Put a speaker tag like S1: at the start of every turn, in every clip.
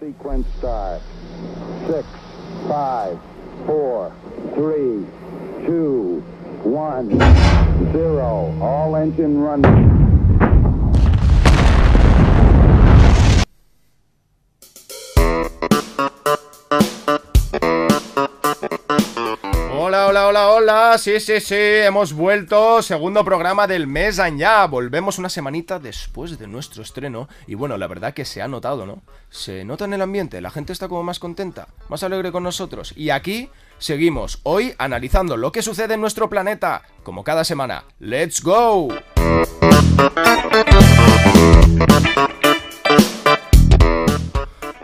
S1: sequence start. Six, five, four, three, two, one, zero. All engine running.
S2: Hola, hola, hola, hola. Sí, sí, sí, hemos vuelto. Segundo programa del mes ya. Volvemos una semanita después de nuestro estreno. Y bueno, la verdad que se ha notado, ¿no? Se nota en el ambiente. La gente está como más contenta, más alegre con nosotros. Y aquí seguimos hoy analizando lo que sucede en nuestro planeta. Como cada semana. ¡Let's go!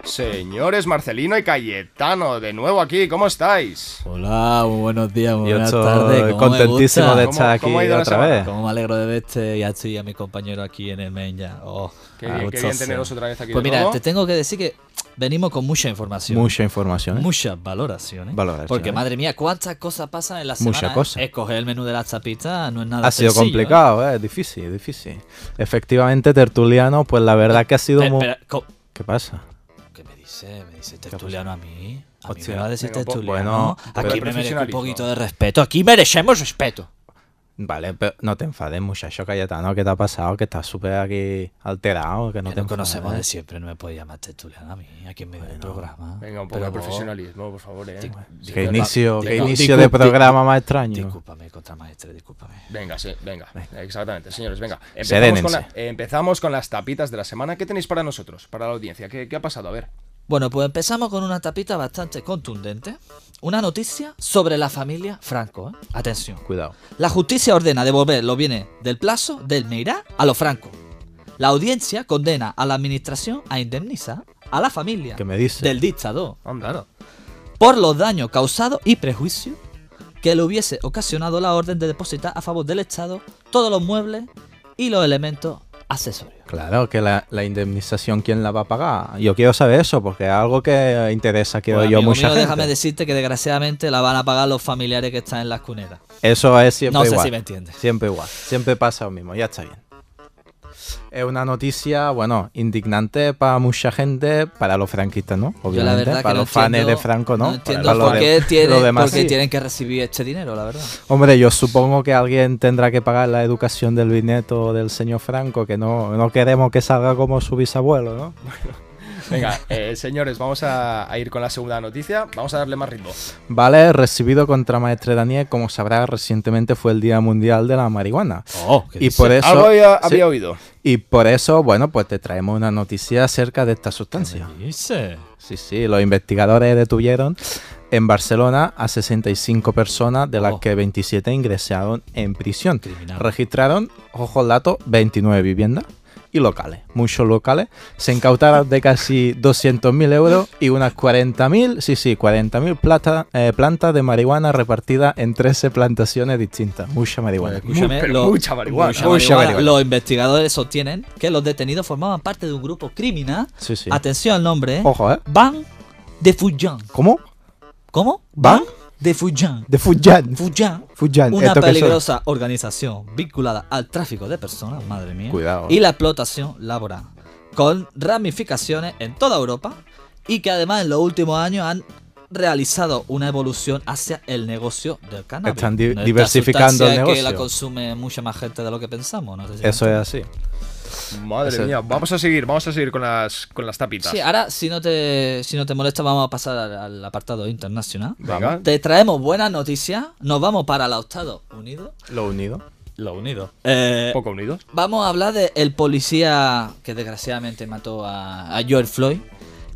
S2: Señores Marcelino y Cayetano, de nuevo aquí, ¿cómo estáis?
S3: Hola, muy buenos días, muy
S4: Yo
S3: buenas
S4: estoy
S3: tardes. ¿Cómo me
S4: contentísimo
S3: gusta?
S4: de
S2: ¿Cómo-
S4: estar aquí
S2: cómo ha ido la
S4: otra
S2: semana?
S4: vez.
S3: Cómo me alegro de verte y a ti y a mi compañero aquí en el main ya. Oh,
S2: Qué
S3: a
S2: bien, qué bien
S3: gustoso.
S2: teneros otra vez aquí
S3: Pues
S2: de
S3: mira,
S2: nuevo.
S3: te tengo que decir que venimos con mucha información.
S4: Mucha información. ¿eh?
S3: Muchas valoraciones.
S4: Valoraciones.
S3: Porque madre mía, cuántas cosas pasan en la semana.
S4: Muchas cosas.
S3: Escoger el menú de las tapitas no es nada
S4: ha sido
S3: sencillo, ¿eh?
S4: complicado, ¿eh? es difícil, es difícil. Efectivamente, Tertuliano, pues la verdad que ha sido
S3: Espera,
S4: muy...
S3: espera, co-
S4: ¿Qué pasa?
S3: ¿Qué me dice? Me dice tertuliano a mí. A mí
S4: Hostia.
S3: me va a decir
S2: Venga, po-
S3: tertuliano.
S4: bueno,
S3: aquí
S2: pero-
S3: me merezco un
S2: profesionalismo.
S3: poquito de respeto. Aquí merecemos respeto.
S4: Vale, pero no te enfades, muchacho Cayetano, que te ha pasado? Que estás súper aquí alterado, que
S3: No
S4: no te
S3: te
S4: enfades.
S3: conocemos
S2: ¿eh?
S3: de siempre, no me podía llamar tertuliano a mí, aquí en medio del programa.
S2: Venga, un poco de
S3: Pero vos-
S2: profesionalismo, por favor, eh.
S4: Qué
S2: Disculpa.
S4: inicio, qué
S3: Disculpa.
S4: inicio de
S3: Disculpa.
S4: programa más extraño.
S3: Discúlpame, contramaestre, discúlpame.
S2: Venga, sí, venga. Exactamente, señores, venga. Empezamos
S4: Serénense.
S2: con, la- empezamos con las tapitas de la semana. ¿Qué tenéis para nosotros, para la audiencia? ¿Qué, qué ha pasado? A ver.
S3: Bueno, pues empezamos con una tapita bastante contundente. Una noticia sobre la familia Franco. ¿eh? Atención.
S4: Cuidado.
S3: La justicia ordena devolver los bienes del plazo del Meirá a los Franco. La audiencia condena a la administración a indemnizar a la familia
S4: ¿Qué me dices?
S3: del dictador
S2: Anda.
S3: por los daños causados y prejuicios que le hubiese ocasionado la orden de depositar a favor del Estado todos los muebles y los elementos accesorios.
S4: Claro, que la, la indemnización, ¿quién la va a pagar? Yo quiero saber eso, porque es algo que interesa, quiero
S3: Bueno,
S4: yo,
S3: Pues amigo
S4: mucha
S3: mío,
S4: gente.
S3: déjame decirte que desgraciadamente la van a pagar los familiares que están en las cuneras.
S4: Eso es siempre
S3: No sé
S4: igual.
S3: si me entiendes.
S4: Siempre igual. Siempre pasa lo mismo. Ya está bien. Es una noticia, bueno, indignante para mucha gente, para los franquistas, ¿no? Obviamente.
S3: Yo la verdad
S4: para
S3: que no
S4: los fans de
S3: entiendo-
S4: Franco, ¿no?
S3: No entiendo
S4: Para los
S3: por
S4: de-
S3: qué,
S4: los
S3: tienen,
S4: demás
S3: por qué
S4: sí.
S3: tienen que recibir este dinero, la verdad.
S4: Hombre, yo supongo que alguien tendrá que pagar la educación del bisnieto del señor Franco, que no, no queremos que salga como su bisabuelo, ¿no?
S2: Venga, eh, señores, vamos a, a ir con la segunda noticia. Vamos a darle más ritmo.
S4: Vale, recibido contra Maestre Daniel, como sabrá, recientemente fue el Día Mundial de la Marihuana. y por eso...
S2: Algo había,
S4: sí,
S2: había oído.
S4: Y por eso, bueno, pues te traemos una noticia acerca de esta sustancia. Sí, sí, los investigadores detuvieron en Barcelona a 65 personas, de las
S3: Oh.
S4: que 27 ingresaron en prisión.
S3: Criminal.
S4: Registraron, ojo al dato, 29 viviendas y locales, muchos locales. Se incautaron de casi 200.000 euros y unas 40.000, sí, sí, 40.000 plata- eh, plantas de marihuana repartidas en 13 plantaciones distintas. Mucha marihuana.
S3: Escúchame,
S2: pero
S3: lo-
S2: mucha marihuana.
S3: mucha
S4: Mucha
S3: marihuana.
S4: marihuana.
S3: Los investigadores sostienen que los detenidos formaban parte de un grupo criminal.
S4: Sí, sí.
S3: Atención al nombre. ¿eh?
S4: Ojo, ¿eh?
S3: Van de Fujian.
S4: ¿Cómo?
S3: ¿Cómo?
S4: Van
S3: de Fujian.
S4: De Fujian.
S3: Fujian.
S4: Fujian,
S3: Una
S4: ¿esto qué son?
S3: peligrosa organización vinculada al tráfico de personas, madre mía.
S4: Cuidado. eh.
S3: Y la explotación laboral. Con ramificaciones en toda Europa. Y que además en los últimos años han realizado una evolución hacia el negocio del cannabis.
S4: Están di-
S3: Esta
S4: diversificando el
S3: sustancia que
S4: negocio.
S3: la consume mucha más gente de lo que pensamos. No sé si
S4: Eso es así.
S2: Madre
S4: Eso-
S2: mía, vamos a seguir, vamos a seguir con las, con las tapitas.
S3: Sí, ahora si no te si no te molesta vamos a pasar al, al apartado internacional.
S2: Venga.
S3: Te traemos buenas noticias. Nos vamos para los Estados Unidos.
S4: Lo unido.
S3: Los Unidos.
S2: Poco unidos.
S3: vamos a hablar del policía que desgraciadamente mató a, a George Floyd.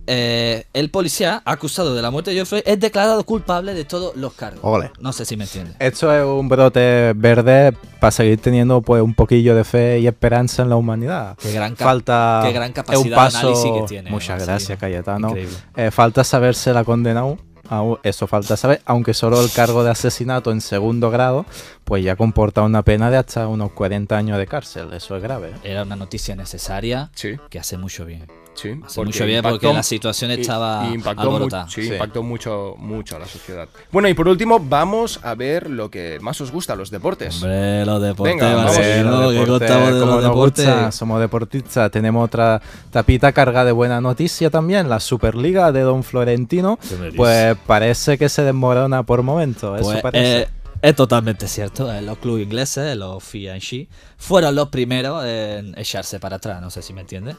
S3: Eh, el policía acusado de la muerte de George Floyd es declarado culpable de todos los cargos.
S4: Ole.
S3: No sé si me entiendes.
S4: Esto es un brote verde para seguir teniendo pues un poquillo de fe y esperanza en la humanidad.
S3: Qué gran cap-
S4: falta
S3: qué gran
S4: es
S3: capacidad
S4: un
S3: de
S4: paso,
S3: análisis que tiene
S4: Muchas
S3: Marcelino.
S4: gracias, Cayetano.
S3: Increíble.
S4: Eh, falta saberse la condena aún. aún- Eso falta saber, aunque solo el cargo de asesinato en segundo grado, pues ya comporta una pena de hasta unos 40 años de cárcel. Eso es grave. ¿eh?
S3: Era una noticia necesaria
S2: Sí.
S3: que hace mucho bien.
S2: Sí,
S3: Hace mucho bien porque la situación
S2: i-
S3: estaba
S2: impactó
S3: alborotada.
S2: mu- sí,
S4: Sí.
S2: impactó mucho, mucho a la sociedad. Bueno, y por último, vamos a ver lo que más os gusta, los deportes.
S3: Hombre, los deportes,
S2: Venga, vamos.
S4: Hombre,
S3: Marcelo,
S4: los
S3: que
S4: deportes,
S3: contamos de
S4: como
S3: los
S4: nos
S3: deportes.
S4: gusta, somos deportistas. Tenemos otra tapita carga de buena noticia también, la Superliga de Don Florentino.
S3: ¿Qué me dices?
S4: Pues parece que se desmorona por momentos.
S3: Pues,
S4: eso parece.
S3: eh, es totalmente cierto. eh, los clubes ingleses, los FIANCHI, fueron los primeros en echarse para atrás. No sé si me entienden.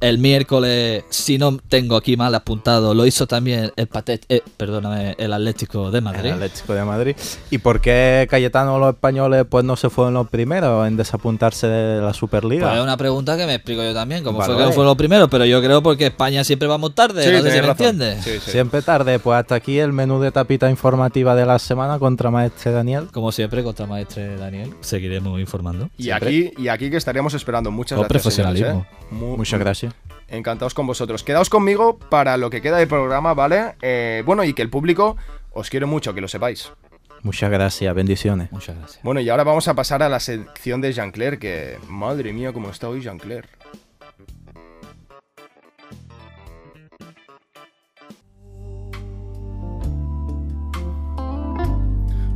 S3: El miércoles, si no tengo aquí mal apuntado, lo hizo también el Patet, eh, perdóname, el Atlético de Madrid.
S4: El Atlético de Madrid. ¿Y por qué Cayetano los españoles pues no se fueron los primeros en desapuntarse de la Superliga?
S3: Pues es una pregunta que me explico yo también, como fue
S4: Vale.
S3: que fueron los primeros, pero yo creo porque España siempre vamos tarde,
S2: Sí,
S3: no sé si
S2: tenéis
S3: me
S2: razón.
S3: entiendes.
S2: Sí, sí.
S4: Siempre tarde, pues hasta aquí el menú de tapita informativa de la semana contra Maestre Daniel.
S3: Como siempre, contra Maestre Daniel, seguiremos informando.
S2: Y
S4: Siempre.
S2: aquí, y aquí que estaríamos esperando. Muchas
S3: Con
S2: gracias.
S3: profesionalismo.
S2: señores, ¿eh? Mu-
S4: Muchas gracias.
S2: Encantados con vosotros. Quedaos conmigo para lo que queda del programa, ¿vale? Eh, bueno, y que el público os quiere mucho, que lo sepáis.
S4: Muchas gracias, bendiciones.
S3: Muchas gracias.
S2: Bueno, y ahora vamos a pasar a la sección de Jean-Claire, que madre mía, cómo está hoy Jean-Claire.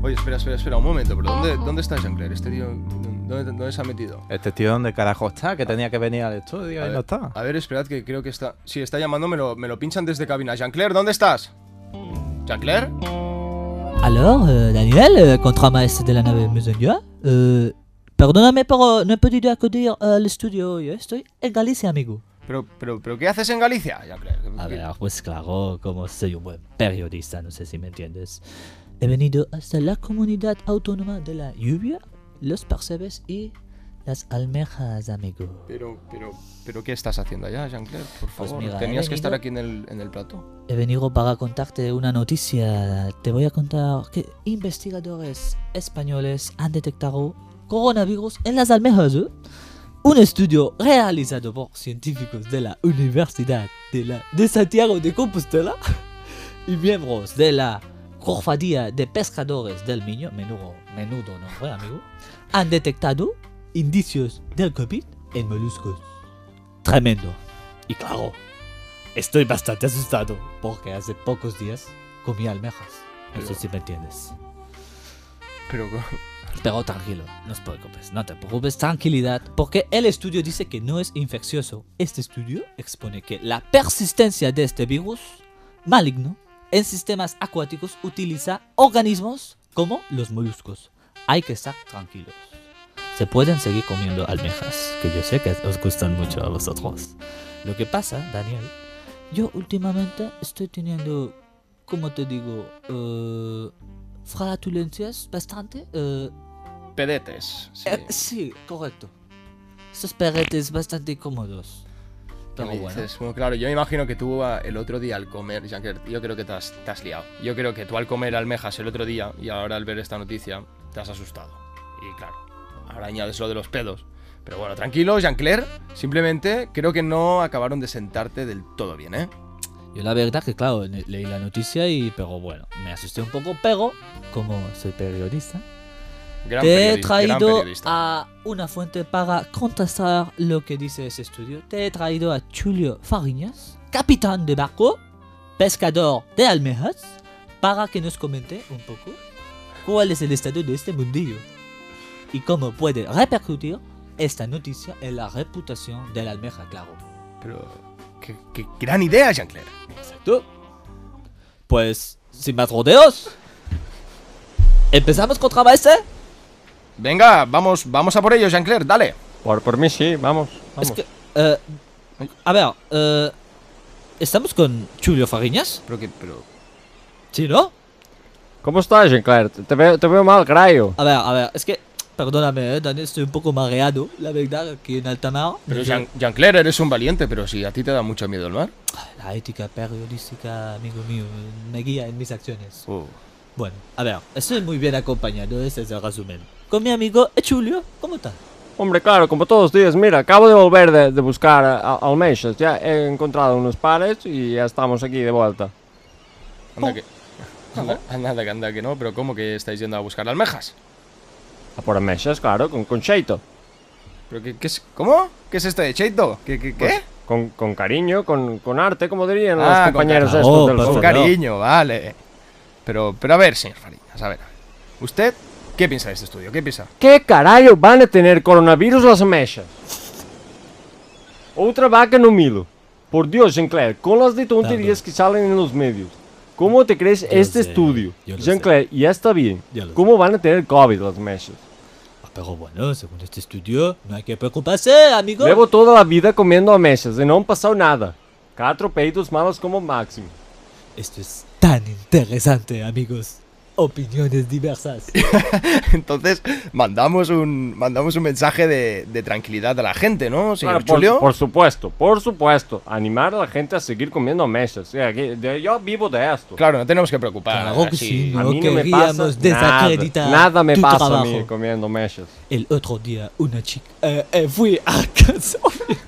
S2: Oye, espera, espera, espera, un momento, pero ¿dónde, dónde está Jean-Claire? Este tío, ¿dónde, dónde se ha metido?
S4: Este tío, ¿dónde carajo está? Que tenía que venir al estudio y no está.
S2: a ver, esperad que creo que está. Sí, está llamando, me lo, me lo pinchan desde cabina. Jean-Claire, ¿dónde estás? ¿Jean-Claire?
S5: Alors, euh, Daniel, euh, contra maestre de la nave Musenia, euh, perdóname, pero no he podido acudir al estudio hoy. Estoy en Galicia, amigo.
S2: Pero, pero, pero ¿qué haces en Galicia, Jean-Claire?
S5: A
S2: ¿Qué-
S5: ver, pues claro, como soy un buen periodista, no sé si me entiendes. He venido hasta la comunidad autónoma de la lluvia, los percebes y las almejas, amigo.
S2: Pero, pero, pero, ¿qué estás haciendo allá, Jean-Claire? Por favor,
S5: mira, he
S2: tenías que estar
S5: venido-
S2: aquí en el, en el plato.
S5: He venido para contarte una noticia. Te voy a contar que investigadores españoles han detectado coronavirus en las almejas. ¿eh? Un estudio realizado por científicos de la Universidad de, la- de Santiago de Compostela y miembros de la Cofradía de Pescadores del Miño, menudo, menudo nombre, amigo, han detectado indicios del COVID en moluscos. Tremendo. Y claro, Estoy bastante asustado porque hace pocos días comí almejas. No sé si me entiendes.
S2: Pero,
S5: Pero tranquilo, no te preocupes, no te preocupes, tranquilidad, porque el estudio dice que no es infeccioso. Este estudio expone que la persistencia de este virus maligno en sistemas acuáticos utiliza organismos como los moluscos. Hay que estar tranquilos. Se pueden seguir comiendo almejas, que yo sé que os gustan mucho a vosotros. Lo que pasa, Daniel, yo últimamente estoy teniendo, como te digo, eh, flatulencias bastante. eh,
S2: pedetes. Sí.
S5: eh, sí, correcto. Estos perretes bastante incómodos.
S2: ¿Qué
S5: Pero
S2: me
S5: bueno.
S2: dices? Bueno, claro, yo me imagino que tú ah, el otro día al comer, Jean-Claire, yo creo que te has, te has liado. Yo creo que tú al comer almejas el otro día y ahora al ver esta noticia, te has asustado. Y claro, ahora añades lo de los pedos. Pero bueno, tranquilo, Jean-Claire. Simplemente creo que no acabaron de sentarte del todo bien, ¿eh?
S5: Yo la verdad que claro, ne- leí la noticia y pero bueno, me asusté un poco, pero como soy periodista,
S2: Gran
S5: te
S2: periodi-
S5: he
S2: gran
S5: traído
S2: periodista.
S5: a una fuente para contrastar lo que dice ese estudio. Te he traído a Julio Fariñas, capitán de barco, pescador de almejas, para que nos comente un poco cuál es el estado de este mundillo y cómo puede repercutir esta noticia en la reputación de la almeja, claro.
S2: Pero, qué, qué gran idea, Jean-Claire.
S5: Exacto. Pues, sin más rodeos, empezamos contra Maese.
S2: Venga, vamos, vamos a por ello, Jean-Claire, dale.
S6: Por, por mí sí, vamos.
S5: Es
S6: vamos.
S5: que, eh, a ver, eh, ¿estamos con Julio Fariñas?
S2: Pero que, pero...
S5: Sí, ¿no?
S6: ¿Cómo estás, Jean-Claire? Te veo, te veo mal, Grayo.
S5: A ver, a ver, es ah, ben, que, perdóname, eh, Daniel, estoy un poco mareado, la verdad, aquí en alta mar.
S2: Pero Jean- Jean-Claire, eres un valiente, pero si a ti te da mucho miedo el mar.
S5: Ah, La ética periodística, amigo mío, me guía en mis acciones. Bueno, ah, ben, a ver, estoy muy bien acompañado, ese es el resumen. Con mi amigo eh, Julio, ¿cómo está?
S6: Hombre, claro, como todos los días, mira, acabo de volver de, de buscar a- a- almejas. Ya he encontrado unos pares y ya estamos aquí de vuelta.
S2: Anda que... Anda, anda que anda que no, pero ¿cómo que estáis yendo a buscar almejas?
S6: A por almejas, claro, con, con xeito.
S2: ¿Pero qué, qué es...? ¿Cómo? ¿Qué es esto de este, Cheito? ¿Qué? qué, qué?
S6: Con, con cariño, con, con arte, como dirían
S2: Ah,
S6: los
S2: con
S6: compañeros
S3: cariño.
S6: estos
S3: Oh,
S6: del
S3: pues
S2: Con
S6: sur.
S3: claro.
S2: cariño, vale. Pero, pero a ver, señor Fariñas, a ver. ¿Usted qué piensa de este estudio? ¿Qué piensa?
S6: Que carallo van a tener coronavirus las mechas? Outra vaca no milo. Por Dios, Jean-Claire, con las de tonterías que salen en los medios. ¿Cómo te crees este
S3: sé,
S6: estudio?
S3: yo lo
S6: Jean-Claire, ya está bien.
S3: Ya lo
S6: ¿Cómo van a tener COVID las mechas?
S5: Ah, Pero bueno, según este estudio, no hay que preocuparse, amigo.
S6: Llevo toda la vida comiendo ameixas e não passou nada. Quatro peitos malos como máximo.
S5: Esto es tan interesante, amigos. Opiniones diversas.
S2: Entonces, mandamos un, mandamos un mensaje de, de tranquilidad a la gente, ¿no, señor
S6: por,
S2: Julio?
S6: por supuesto, por supuesto. Animar a la gente a seguir comiendo ameixas. É, aqui- de- Yo vivo de esto.
S2: Claro, no tenemos que preocupar.
S5: Claro que
S2: así.
S5: sí.
S6: A
S5: No
S6: mí no me
S5: queríamos
S6: pasa
S5: desacreditar
S6: nada. Nada me
S5: tu
S6: pasa a
S5: trabajo.
S6: mí comiendo ameixas.
S5: El otro día, una chica. eh, eh, fui a casa.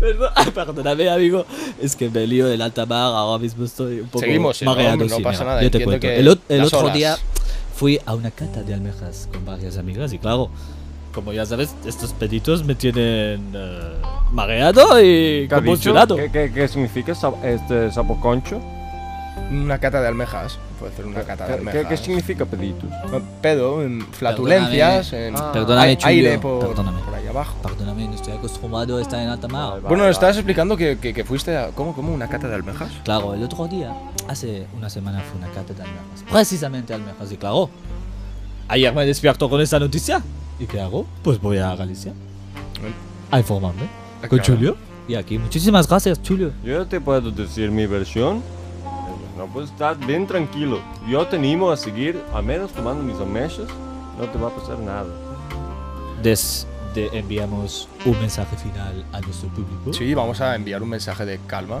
S5: Perdón, ah, perdóname, amigo. Es que me lío del alta mar. Ahora mismo estoy un poco
S2: Seguimos, sí, no,
S5: mareado.
S2: no
S5: sí,
S2: pasa
S5: mira,
S2: nada,
S5: Yo te
S2: entiendo
S5: cuento.
S2: que
S5: El, ot- el
S2: las
S5: otro
S2: horas.
S5: día fui a una cata de almejas con varias amigas. Y claro, como ya sabes, estos peditos me tienen eh, mareado y
S6: ¿Qué ha dicho?
S5: convulsionado.
S6: ¿Qué, qué- qué significa sab- este sapoconcho?
S2: Una cata de almejas. Puede ser una cata de
S6: ¿Qué-
S2: almejas.
S6: ¿Qué, qué significa peditos?
S2: Pedo, en flatulencias, en
S6: Ah.
S3: Perdóname,
S2: ai- aire
S3: Julio,
S2: por,
S3: perdóname.
S2: por ahí abajo.
S5: Perdóname, no estoy acostumbrado a estar en alta mar.
S2: Bueno,
S6: Vale,
S2: estabas explicando que, que- que fuiste a. ¿Cómo? ¿Cómo? ¿Una cata de almejas?
S5: Claro, el otro día, hace una semana fue una cata de almejas. Precisamente almejas, y claro. Ayer me despierto con esta noticia. ¿Y qué hago? Pues voy a Galicia. A informarme.
S2: Ah,
S5: Con
S2: claro.
S5: Julio. Y aquí, muchísimas gracias, Julio.
S6: Yo te puedo decir mi versión. No puedes estar bien tranquilo. Yo te animo a seguir, a menos tomando mis ameixas, no te va a pasar nada.
S5: Desde enviamos un mensaje final a nuestro público.
S2: Sí, vamos a enviar un mensaje de calma.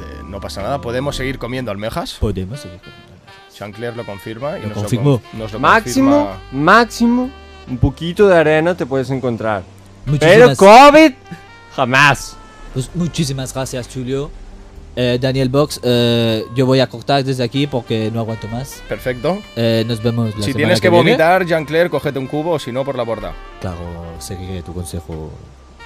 S2: De no pasa nada, podemos seguir comiendo almejas.
S5: Podemos seguir con almejas.
S2: Chancler lo confirma y
S5: Lo
S2: nos,
S5: confirmó.
S2: con- nos lo
S6: Máximo,
S2: confirma.
S6: máximo, un poquito de arena te puedes encontrar. Pero
S5: Muchísimas,
S6: COVID, jamás.
S5: pues muchísimas gracias, Julio. Eh, Daniel Box, eh, yo voy a cortar desde aquí porque no aguanto más.
S2: Perfecto.
S5: Eh, nos vemos la
S2: si
S5: semana
S2: tienes que,
S5: viene.
S2: vomitar, Jean-Claire, cógete un cubo o si no, por la borda.
S5: Claro, seguiré tu consejo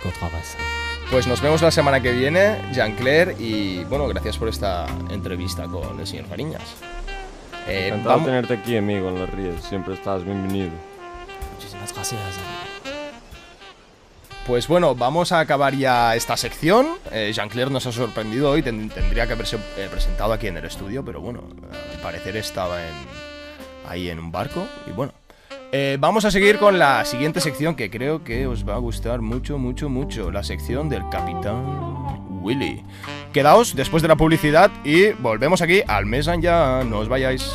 S5: contra Vasca.
S2: Pues nos vemos la semana que viene, Jean-Claire, y bueno, gracias por esta entrevista con el señor Fariñas. Eh,
S6: Encantado de
S2: vamos-
S6: tenerte aquí, amigo, en los ríos. Siempre estás bienvenido.
S5: Muchísimas gracias.
S2: Pues bueno, vamos a acabar ya esta sección. Eh, Jean-Claire nos ha sorprendido hoy, ten- tendría que haberse eh, presentado aquí en el estudio, pero bueno, al parecer estaba en, ahí en un barco y bueno. Eh, vamos a seguir con la siguiente sección que creo que os va a gustar mucho, mucho, mucho, la sección del Capitán Willy. Quedaos después de la publicidad y volvemos aquí al Mesan ya, no os vayáis.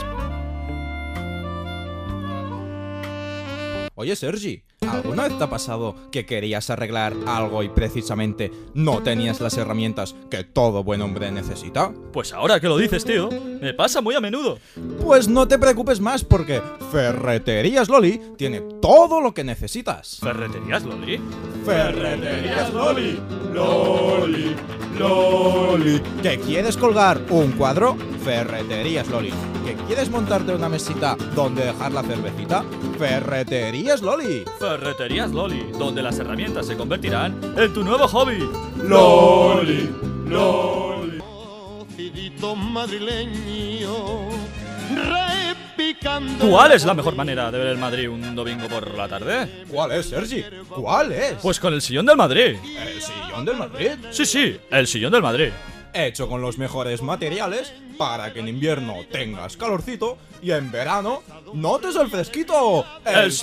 S7: Oye, Sergi, ¿alguna vez te ha pasado que querías arreglar algo y precisamente no tenías las herramientas que todo buen hombre necesita?
S8: Pues ahora que lo dices, tío, me pasa muy a menudo.
S7: Pues no te preocupes más porque Ferreterías Loli tiene todo lo que necesitas.
S8: Ferreterías, Loli.
S7: Ferreterías Loli, Loli, Loli. ¿Que quieres colgar un cuadro? Ferreterías Loli. ¿Que quieres montarte una mesita donde dejar la cervecita? Ferreterías Loli.
S8: Ferreterías, Loli, donde las herramientas se convertirán en tu nuevo hobby.
S7: Loli.
S8: ¿Cuál es la mejor manera de ver el Madrid un domingo por la tarde?
S7: ¿Cuál es, Sergi? ¿Cuál es?
S8: Pues con el sillón del Madrid.
S7: El sillón del Madrid,
S8: Sí, sí, el sillón del Madrid.
S7: hecho con los mejores materiales para que en invierno tengas calorcito y en verano notes el fresquito.
S8: Ole,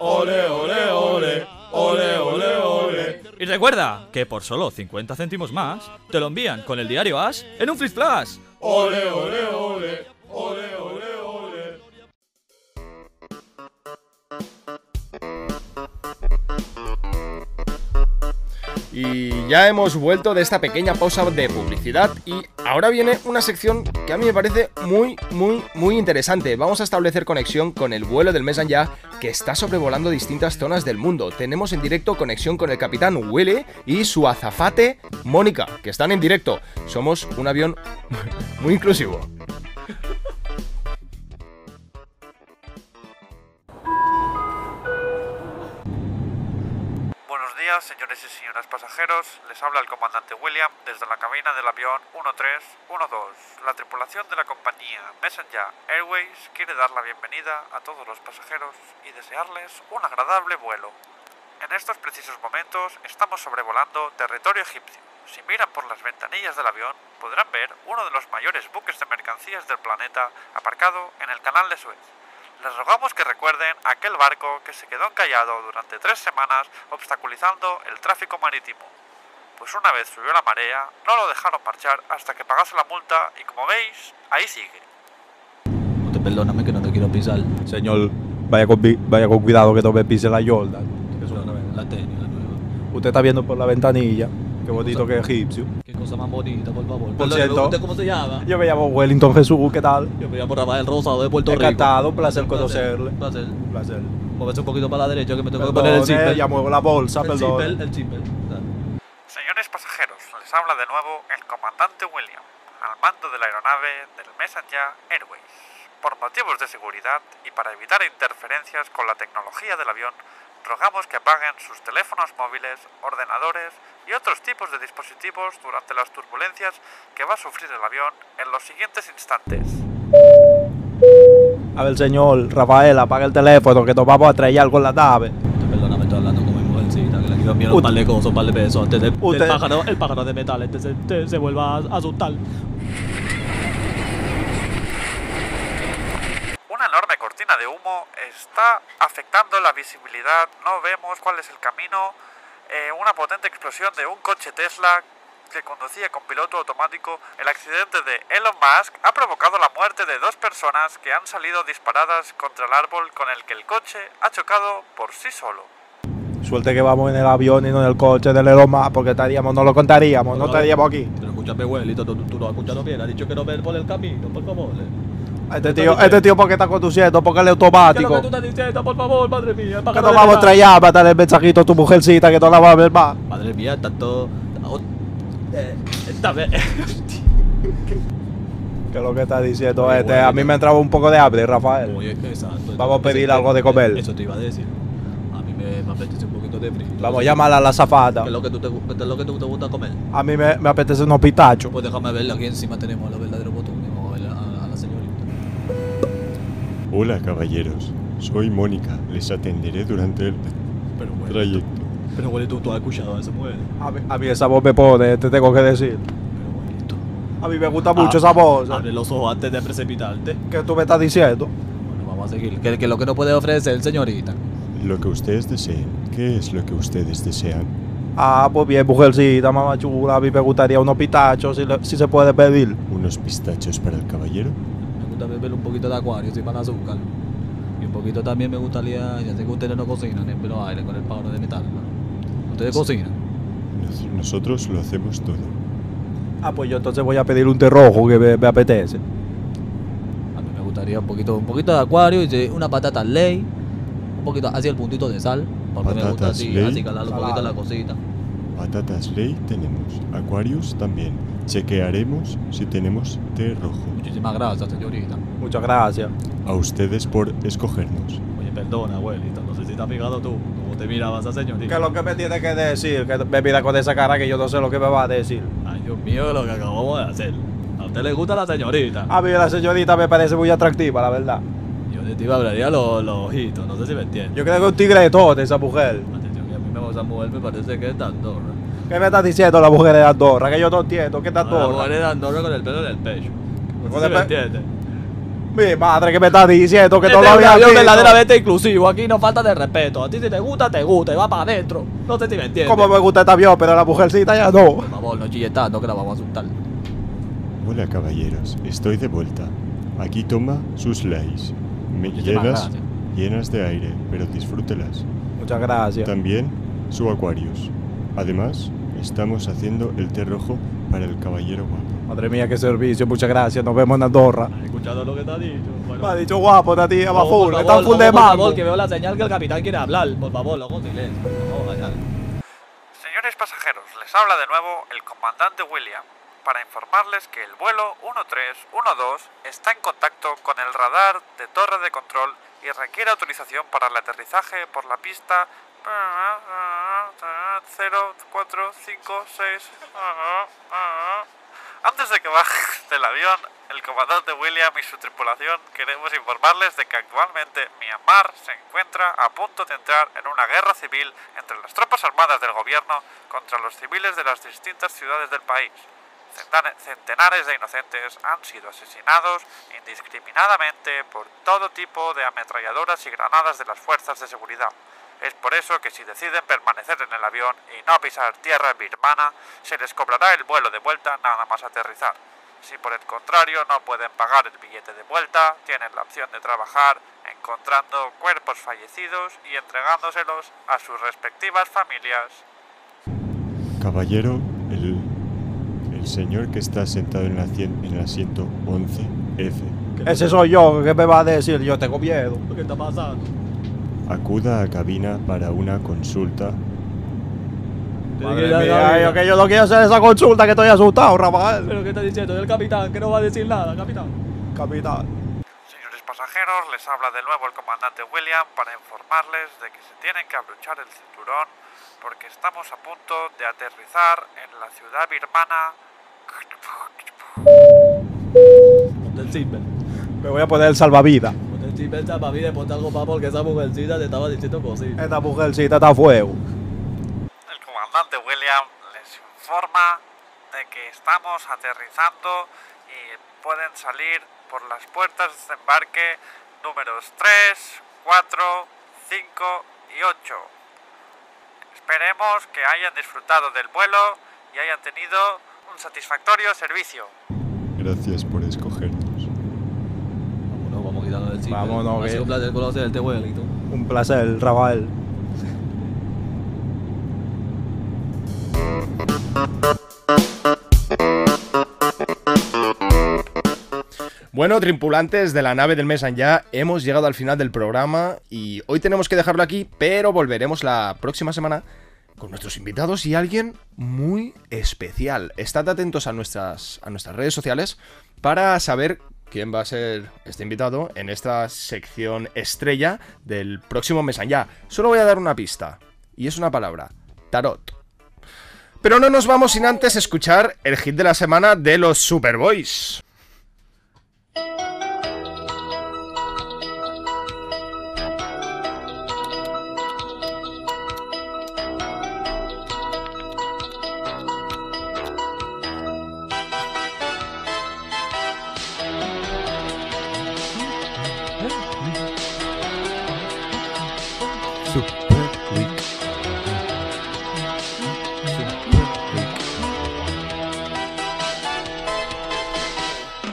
S8: ole, ole. Ole, ole, ole. Y recuerda que por solo 50 céntimos más te lo envían con el diario As en un flip flash.
S7: Ole, ole, ole. Ole, ole, ole.
S2: Y ya hemos vuelto de esta pequeña pausa de publicidad y ahora viene una sección que a mí me parece muy, muy, muy interesante. Vamos a establecer conexión con el vuelo del Mesan ya que está sobrevolando distintas zonas del mundo. Tenemos en directo conexión con el capitán Willy y su azafate Mónica, que están en directo. Somos un avión muy inclusivo.
S9: Buenos días, días, señores y señoras pasajeros. Les habla el comandante William desde la cabina del avión 1312. La tripulación de la compañía Messenger Airways quiere dar la bienvenida a todos los pasajeros y desearles un agradable vuelo. En estos precisos momentos estamos sobrevolando territorio egipcio. Si miran por las ventanillas del avión, podrán ver uno de los mayores buques de mercancías del planeta aparcado en el canal de Suez. Les rogamos que recuerden aquel barco que se quedó encallado durante tres semanas obstaculizando el tráfico marítimo. Pues una vez subió la marea, no lo dejaron marchar hasta que pagase la multa y como veis, ahí sigue.
S8: No te perdóname que no te quiero pisar.
S10: Señor, vaya con, vi- vaya con cuidado que no me pise la Jordan.
S8: No, no, la tenis, la nueva.
S10: Usted está viendo por la ventanilla. Qué bonito que es egipcio.
S8: Qué cosa más bonita, por favor.
S10: Por
S8: Perdón,
S10: cierto.
S8: ¿usted ¿Cómo se llama?
S10: Yo me llamo Wellington Jesús, ¿qué tal?
S8: Yo me llamo Rafael Rosado de Puerto Rico.
S10: Encantado, un placer conocerle.
S8: Un placer.
S10: Un placer.
S8: Moverse un poquito para la derecha que me tengo que poner el
S10: Perdone,
S8: zipper.
S10: ya muevo la bolsa,
S8: El
S10: perdón.
S8: zipper, el zipper. Ah,
S9: Señores pasajeros, les habla de nuevo el comandante William, al mando de la aeronave del Messenger Airways. Por motivos de seguridad y para evitar interferencias con la tecnología del avión, rogamos que apaguen sus teléfonos móviles, ordenadores y otros tipos de dispositivos durante las turbulencias que va a sufrir el avión en los siguientes instantes.
S10: A ver, señor, Rafael, apaga el teléfono que nos vamos a estrellar con la nave.
S8: te Perdóname, estoy hablando con mi mujercita que le quiero enviar un
S10: Ut-
S8: par de cosas, un par de besos antes de, del
S10: Usted-
S8: pájaro, el pájaro de metal este se, te- se vuelva a asustar.
S9: Una enorme cortina de humo está afectando la visibilidad, no vemos cuál es el camino. Eh, una potente explosión de un coche Tesla que conducía con piloto automático. El accidente de Elon Musk ha provocado la muerte de dos personas que han salido disparadas contra el árbol con el que el coche ha chocado por sí solo.
S10: Suerte que vamos en el avión y no en el coche del Elon Musk, porque estaríamos, no lo contaríamos, no
S8: Hola.
S10: estaríamos aquí.
S8: Pero escúchame, abuelito, tú, tú no has escuchado bien, ha dicho que no ver por el camino, por favor. eh.
S10: Este tío, este tío porque está conduciendo, porque es
S8: ¿Qué es lo que
S10: automático.
S8: tú estás diciendo, por favor, madre mía? El
S10: Que
S8: pájaro
S10: nos
S8: de
S10: vamos
S8: metal.
S10: a estrellar, matar el mensajito a tu mujercita que no la va a ver más.
S8: Madre mía, tanto. o- eh, Esta vez.
S10: Que lo que está diciendo
S8: Oye,
S10: este,
S8: bueno,
S10: a mí
S8: yo-
S10: me entraba un poco de hambre, Rafael.
S8: Oye, exacto.
S10: Vamos a pedir
S8: Eso-
S10: algo de comer.
S8: Eso te iba a decir. A mí me, me apetece un poquito de frío.
S10: Vamos a llamar a la zafata.
S8: ¿Qué es lo que tú te, gu- qué es lo que tú te gusta comer?
S10: A mí me, me apetece unos pitachos.
S8: Pues déjame verla, aquí encima tenemos los verdaderos botones. Vamos a ver a, a la señorita.
S11: Hola caballeros, soy Mónica, les atenderé durante el
S8: Pero
S11: trayecto.
S8: Pero abuelito, tú has escuchado a esa mujer.
S10: A mí, a mí esa voz me pone, te tengo que decir.
S8: Pero abuelito.
S10: A mí me gusta
S8: Ah,
S10: mucho esa voz.
S8: Abre los ojos antes de precipitarte.
S10: ¿Qué tú me estás diciendo?
S8: Bueno, vamos a seguir. ¿Qué, qué es lo que nos puede ofrecer, señorita?
S11: Lo que ustedes deseen, ¿qué es lo que ustedes desean?
S10: Ah, pues bien, mujercita, mamá chula, a mí me gustaría unos pitachos, si, le- si se puede pedir.
S11: ¿Unos pistachos para el caballero?
S8: Me gusta beber un poquito de acuario, sin mal azúcar. Y un poquito también me gustaría, ya sé que ustedes no cocinan, eh, pero aire con el pavor de metal. ¿no? ¿Ustedes cocinan?
S11: Nos- nosotros lo hacemos todo.
S10: Ah, pues yo entonces voy a pedir un té rojo que me, me apetece.
S8: A mí me gustaría un poquito, un poquito de acuario, y sí, una patata ley, un poquito hacia el puntito de sal, porque me gusta
S11: Patatas
S8: así,
S11: ley.
S8: así calar un poquito la cosita.
S11: Patatas ley tenemos, Aquarius también. Chequearemos si tenemos té rojo.
S8: Muchísimas gracias, señorita.
S10: Muchas gracias.
S11: A ustedes por escogernos.
S12: Oye, perdona, abuelito, no sé si te has fijado tú cómo te miraba esa
S10: ¿Qué
S12: señorita.
S10: es lo que me tiene que decir? Que me mira con esa cara que yo no sé lo que me va a decir.
S12: Ay, Dios mío, lo que acabamos de hacer. A usted le gusta la señorita.
S10: A mí la señorita me parece muy atractiva, la verdad.
S12: Yo de ti me hablaría los, los ojitos, no sé si me entiendes.
S10: Yo creo que es un tigretón esa mujer.
S12: Atención, que a mí me gusta mover, me parece que es de Andorra.
S10: ¿Qué me estás diciendo la mujer de Andorra? Que yo no entiendo, ¿qué es de
S12: Ah, La
S10: Andorra?
S12: mujer es de Andorra con el pelo en el pecho. No
S10: Con
S12: sé
S10: el
S12: si me
S10: pe-
S12: entiendes.
S10: Mi madre, ¿qué me estás diciendo? Que
S12: Este
S10: todo lo
S12: es un
S10: había
S12: avión
S10: visto.
S12: verdaderamente inclusivo, aquí no falta de respeto. A ti si te gusta, te gusta y va para adentro. No sé si me entiendes.
S10: Como me gusta este avión, pero la mujercita ya no.
S8: Por favor, no chilles tanto que la vamos a asustar.
S11: Hola caballeros, estoy de vuelta. Aquí toma sus lays. Me
S8: Muchísimas
S11: llenas,
S8: gracias.
S11: llenas de aire, pero disfrútelas.
S10: Muchas gracias.
S11: También su Aquarius. Además, estamos haciendo el té rojo para el caballero guapo.
S10: Madre mía, qué servicio, muchas gracias. Nos vemos en Andorra.
S12: ¿Has escuchado lo que te ha dicho? Bueno,
S10: Me ha dicho guapo, esta tía, va
S12: luego, por
S10: full, está
S12: favor,
S10: full
S12: luego,
S10: de
S12: por
S10: mambo.
S12: favor, que veo la señal que el capitán quiere hablar. Por favor, luego silencio. Vamos allá.
S9: Señores pasajeros, les habla de nuevo el comandante William para informarles que el vuelo 1312 está en contacto con el radar de torre de control y requiere autorización para el aterrizaje por la pista 0, 4, 5, 6. Antes de que bajes del avión, el comandante William y su tripulación queremos informarles de que actualmente Myanmar se encuentra a punto de entrar en una guerra civil entre las tropas armadas del gobierno contra los civiles de las distintas ciudades del país. Centena- Centenares de inocentes han sido asesinados indiscriminadamente por todo tipo de ametralladoras y granadas de las fuerzas de seguridad. Es por eso que si deciden permanecer en el avión y no pisar tierra birmana, se les cobrará el vuelo de vuelta nada más aterrizar. Si por el contrario no pueden pagar el billete de vuelta, tienen la opción de trabajar encontrando cuerpos fallecidos y entregándoselos a sus respectivas familias.
S11: Caballero, el, el señor que está sentado en el, acien- en el asiento 11F.
S7: Ese soy yo, ¿qué me va a decir? Yo tengo miedo.
S8: ¿Qué te pasa?
S11: Acuda a cabina para una consulta.
S7: Madre mía, yo que yo no quiero hacer esa consulta, que estoy asustado, Rafael.
S8: ¿Pero qué está diciendo? El capitán, que no va a decir nada, capitán.
S7: Capitán.
S9: Señores pasajeros, les habla de nuevo el comandante William para informarles de que se tienen que abrochar el cinturón porque estamos a punto de aterrizar en la ciudad birmana.
S8: Ponte el chisme.
S7: Me voy a poner el salvavidas.
S8: Ponte el chisme, chapa, mire, ponte algo más porque esa mujercita te estaba diciendo cositas.
S7: Esta mujercita está a fuego.
S9: El comandante William les informa de que estamos aterrizando y pueden salir por las puertas de desembarque números 3, 4, 5 y 8. Esperemos que hayan disfrutado del vuelo y hayan tenido un satisfactorio servicio.
S11: Gracias por escogernos.
S8: Vámonos, vamos quitando el chisme.
S7: Vámonos,
S8: Ha sido
S7: que-
S8: un placer conocer el tehuelito.
S7: Un placer, Rafael.
S2: Bueno, tripulantes de la nave del Mesan ya, hemos llegado al final del programa y hoy tenemos que dejarlo aquí, pero volveremos la próxima semana con nuestros invitados y alguien muy especial. Estad atentos a nuestras, a nuestras redes sociales para saber quién va a ser este invitado en esta sección estrella del próximo Mesan ya. Solo voy a dar una pista y es una palabra, tarot. Pero no nos vamos sin antes escuchar el hit de la semana de los Superboys.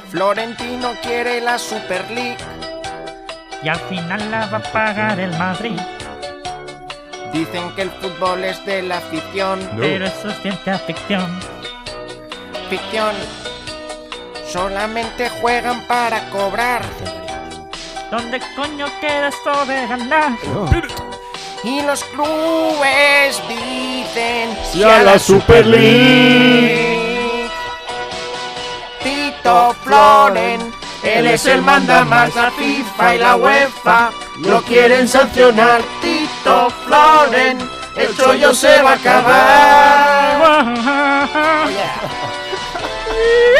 S13: Florentino quiere la Super League. Y al final la va a pagar el Madrid. Dicen que el fútbol es de la afición.
S14: Pero
S13: eso es ciencia ficción. Ficción. Solamente juegan para cobrar. ¿Dónde coño queda esto de ganar? Y los clubes dicen
S14: Sí a la Super
S13: League. Tito Floren, él es el manda más la FIFA y la UEFA. Lo quieren sancionar, Tito Floren, el chollo se va a acabar.